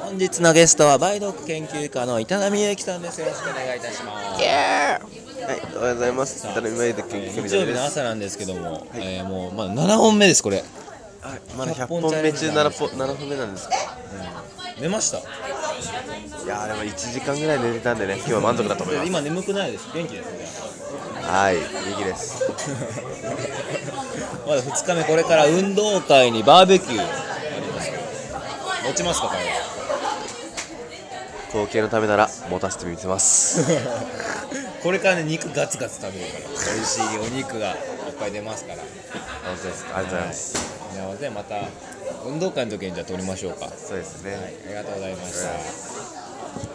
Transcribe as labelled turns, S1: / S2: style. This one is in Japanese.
S1: 本日のゲストは梅毒研究家の板波祐希さんですよろしくお願いいたします
S2: はい、おはようございます。ただいまで研究
S1: 日
S2: 者
S1: 曜日
S2: で
S1: の
S2: す。
S1: 朝なんですけども、えーもうまだ7本目ですこれ
S2: はい、まだ
S1: 100
S2: 100
S1: 本
S2: 本
S1: チャレン
S2: 目
S1: ジ
S2: 中
S1: なん
S2: 7
S1: です
S2: 本7本目なんですけ
S1: 寝ました
S2: ど。いやーでも1時間ぐらい寝れたんでね、今日は満足だと思います。
S1: 今眠くないです元気ですね
S2: はい、元気です。
S1: まだ2日目これから運動会にバーベキューありますけど持ちますかこれは
S2: 統計のためなら持たせてみせます。
S1: これからね肉ガツガツ食べるから美味しいお肉がいっぱい出ますから
S2: 本当ですか。ありがとうございます。
S1: なのでまた運動会の時にじゃあ撮りましょうか
S2: そうですね。
S1: ありがとうございました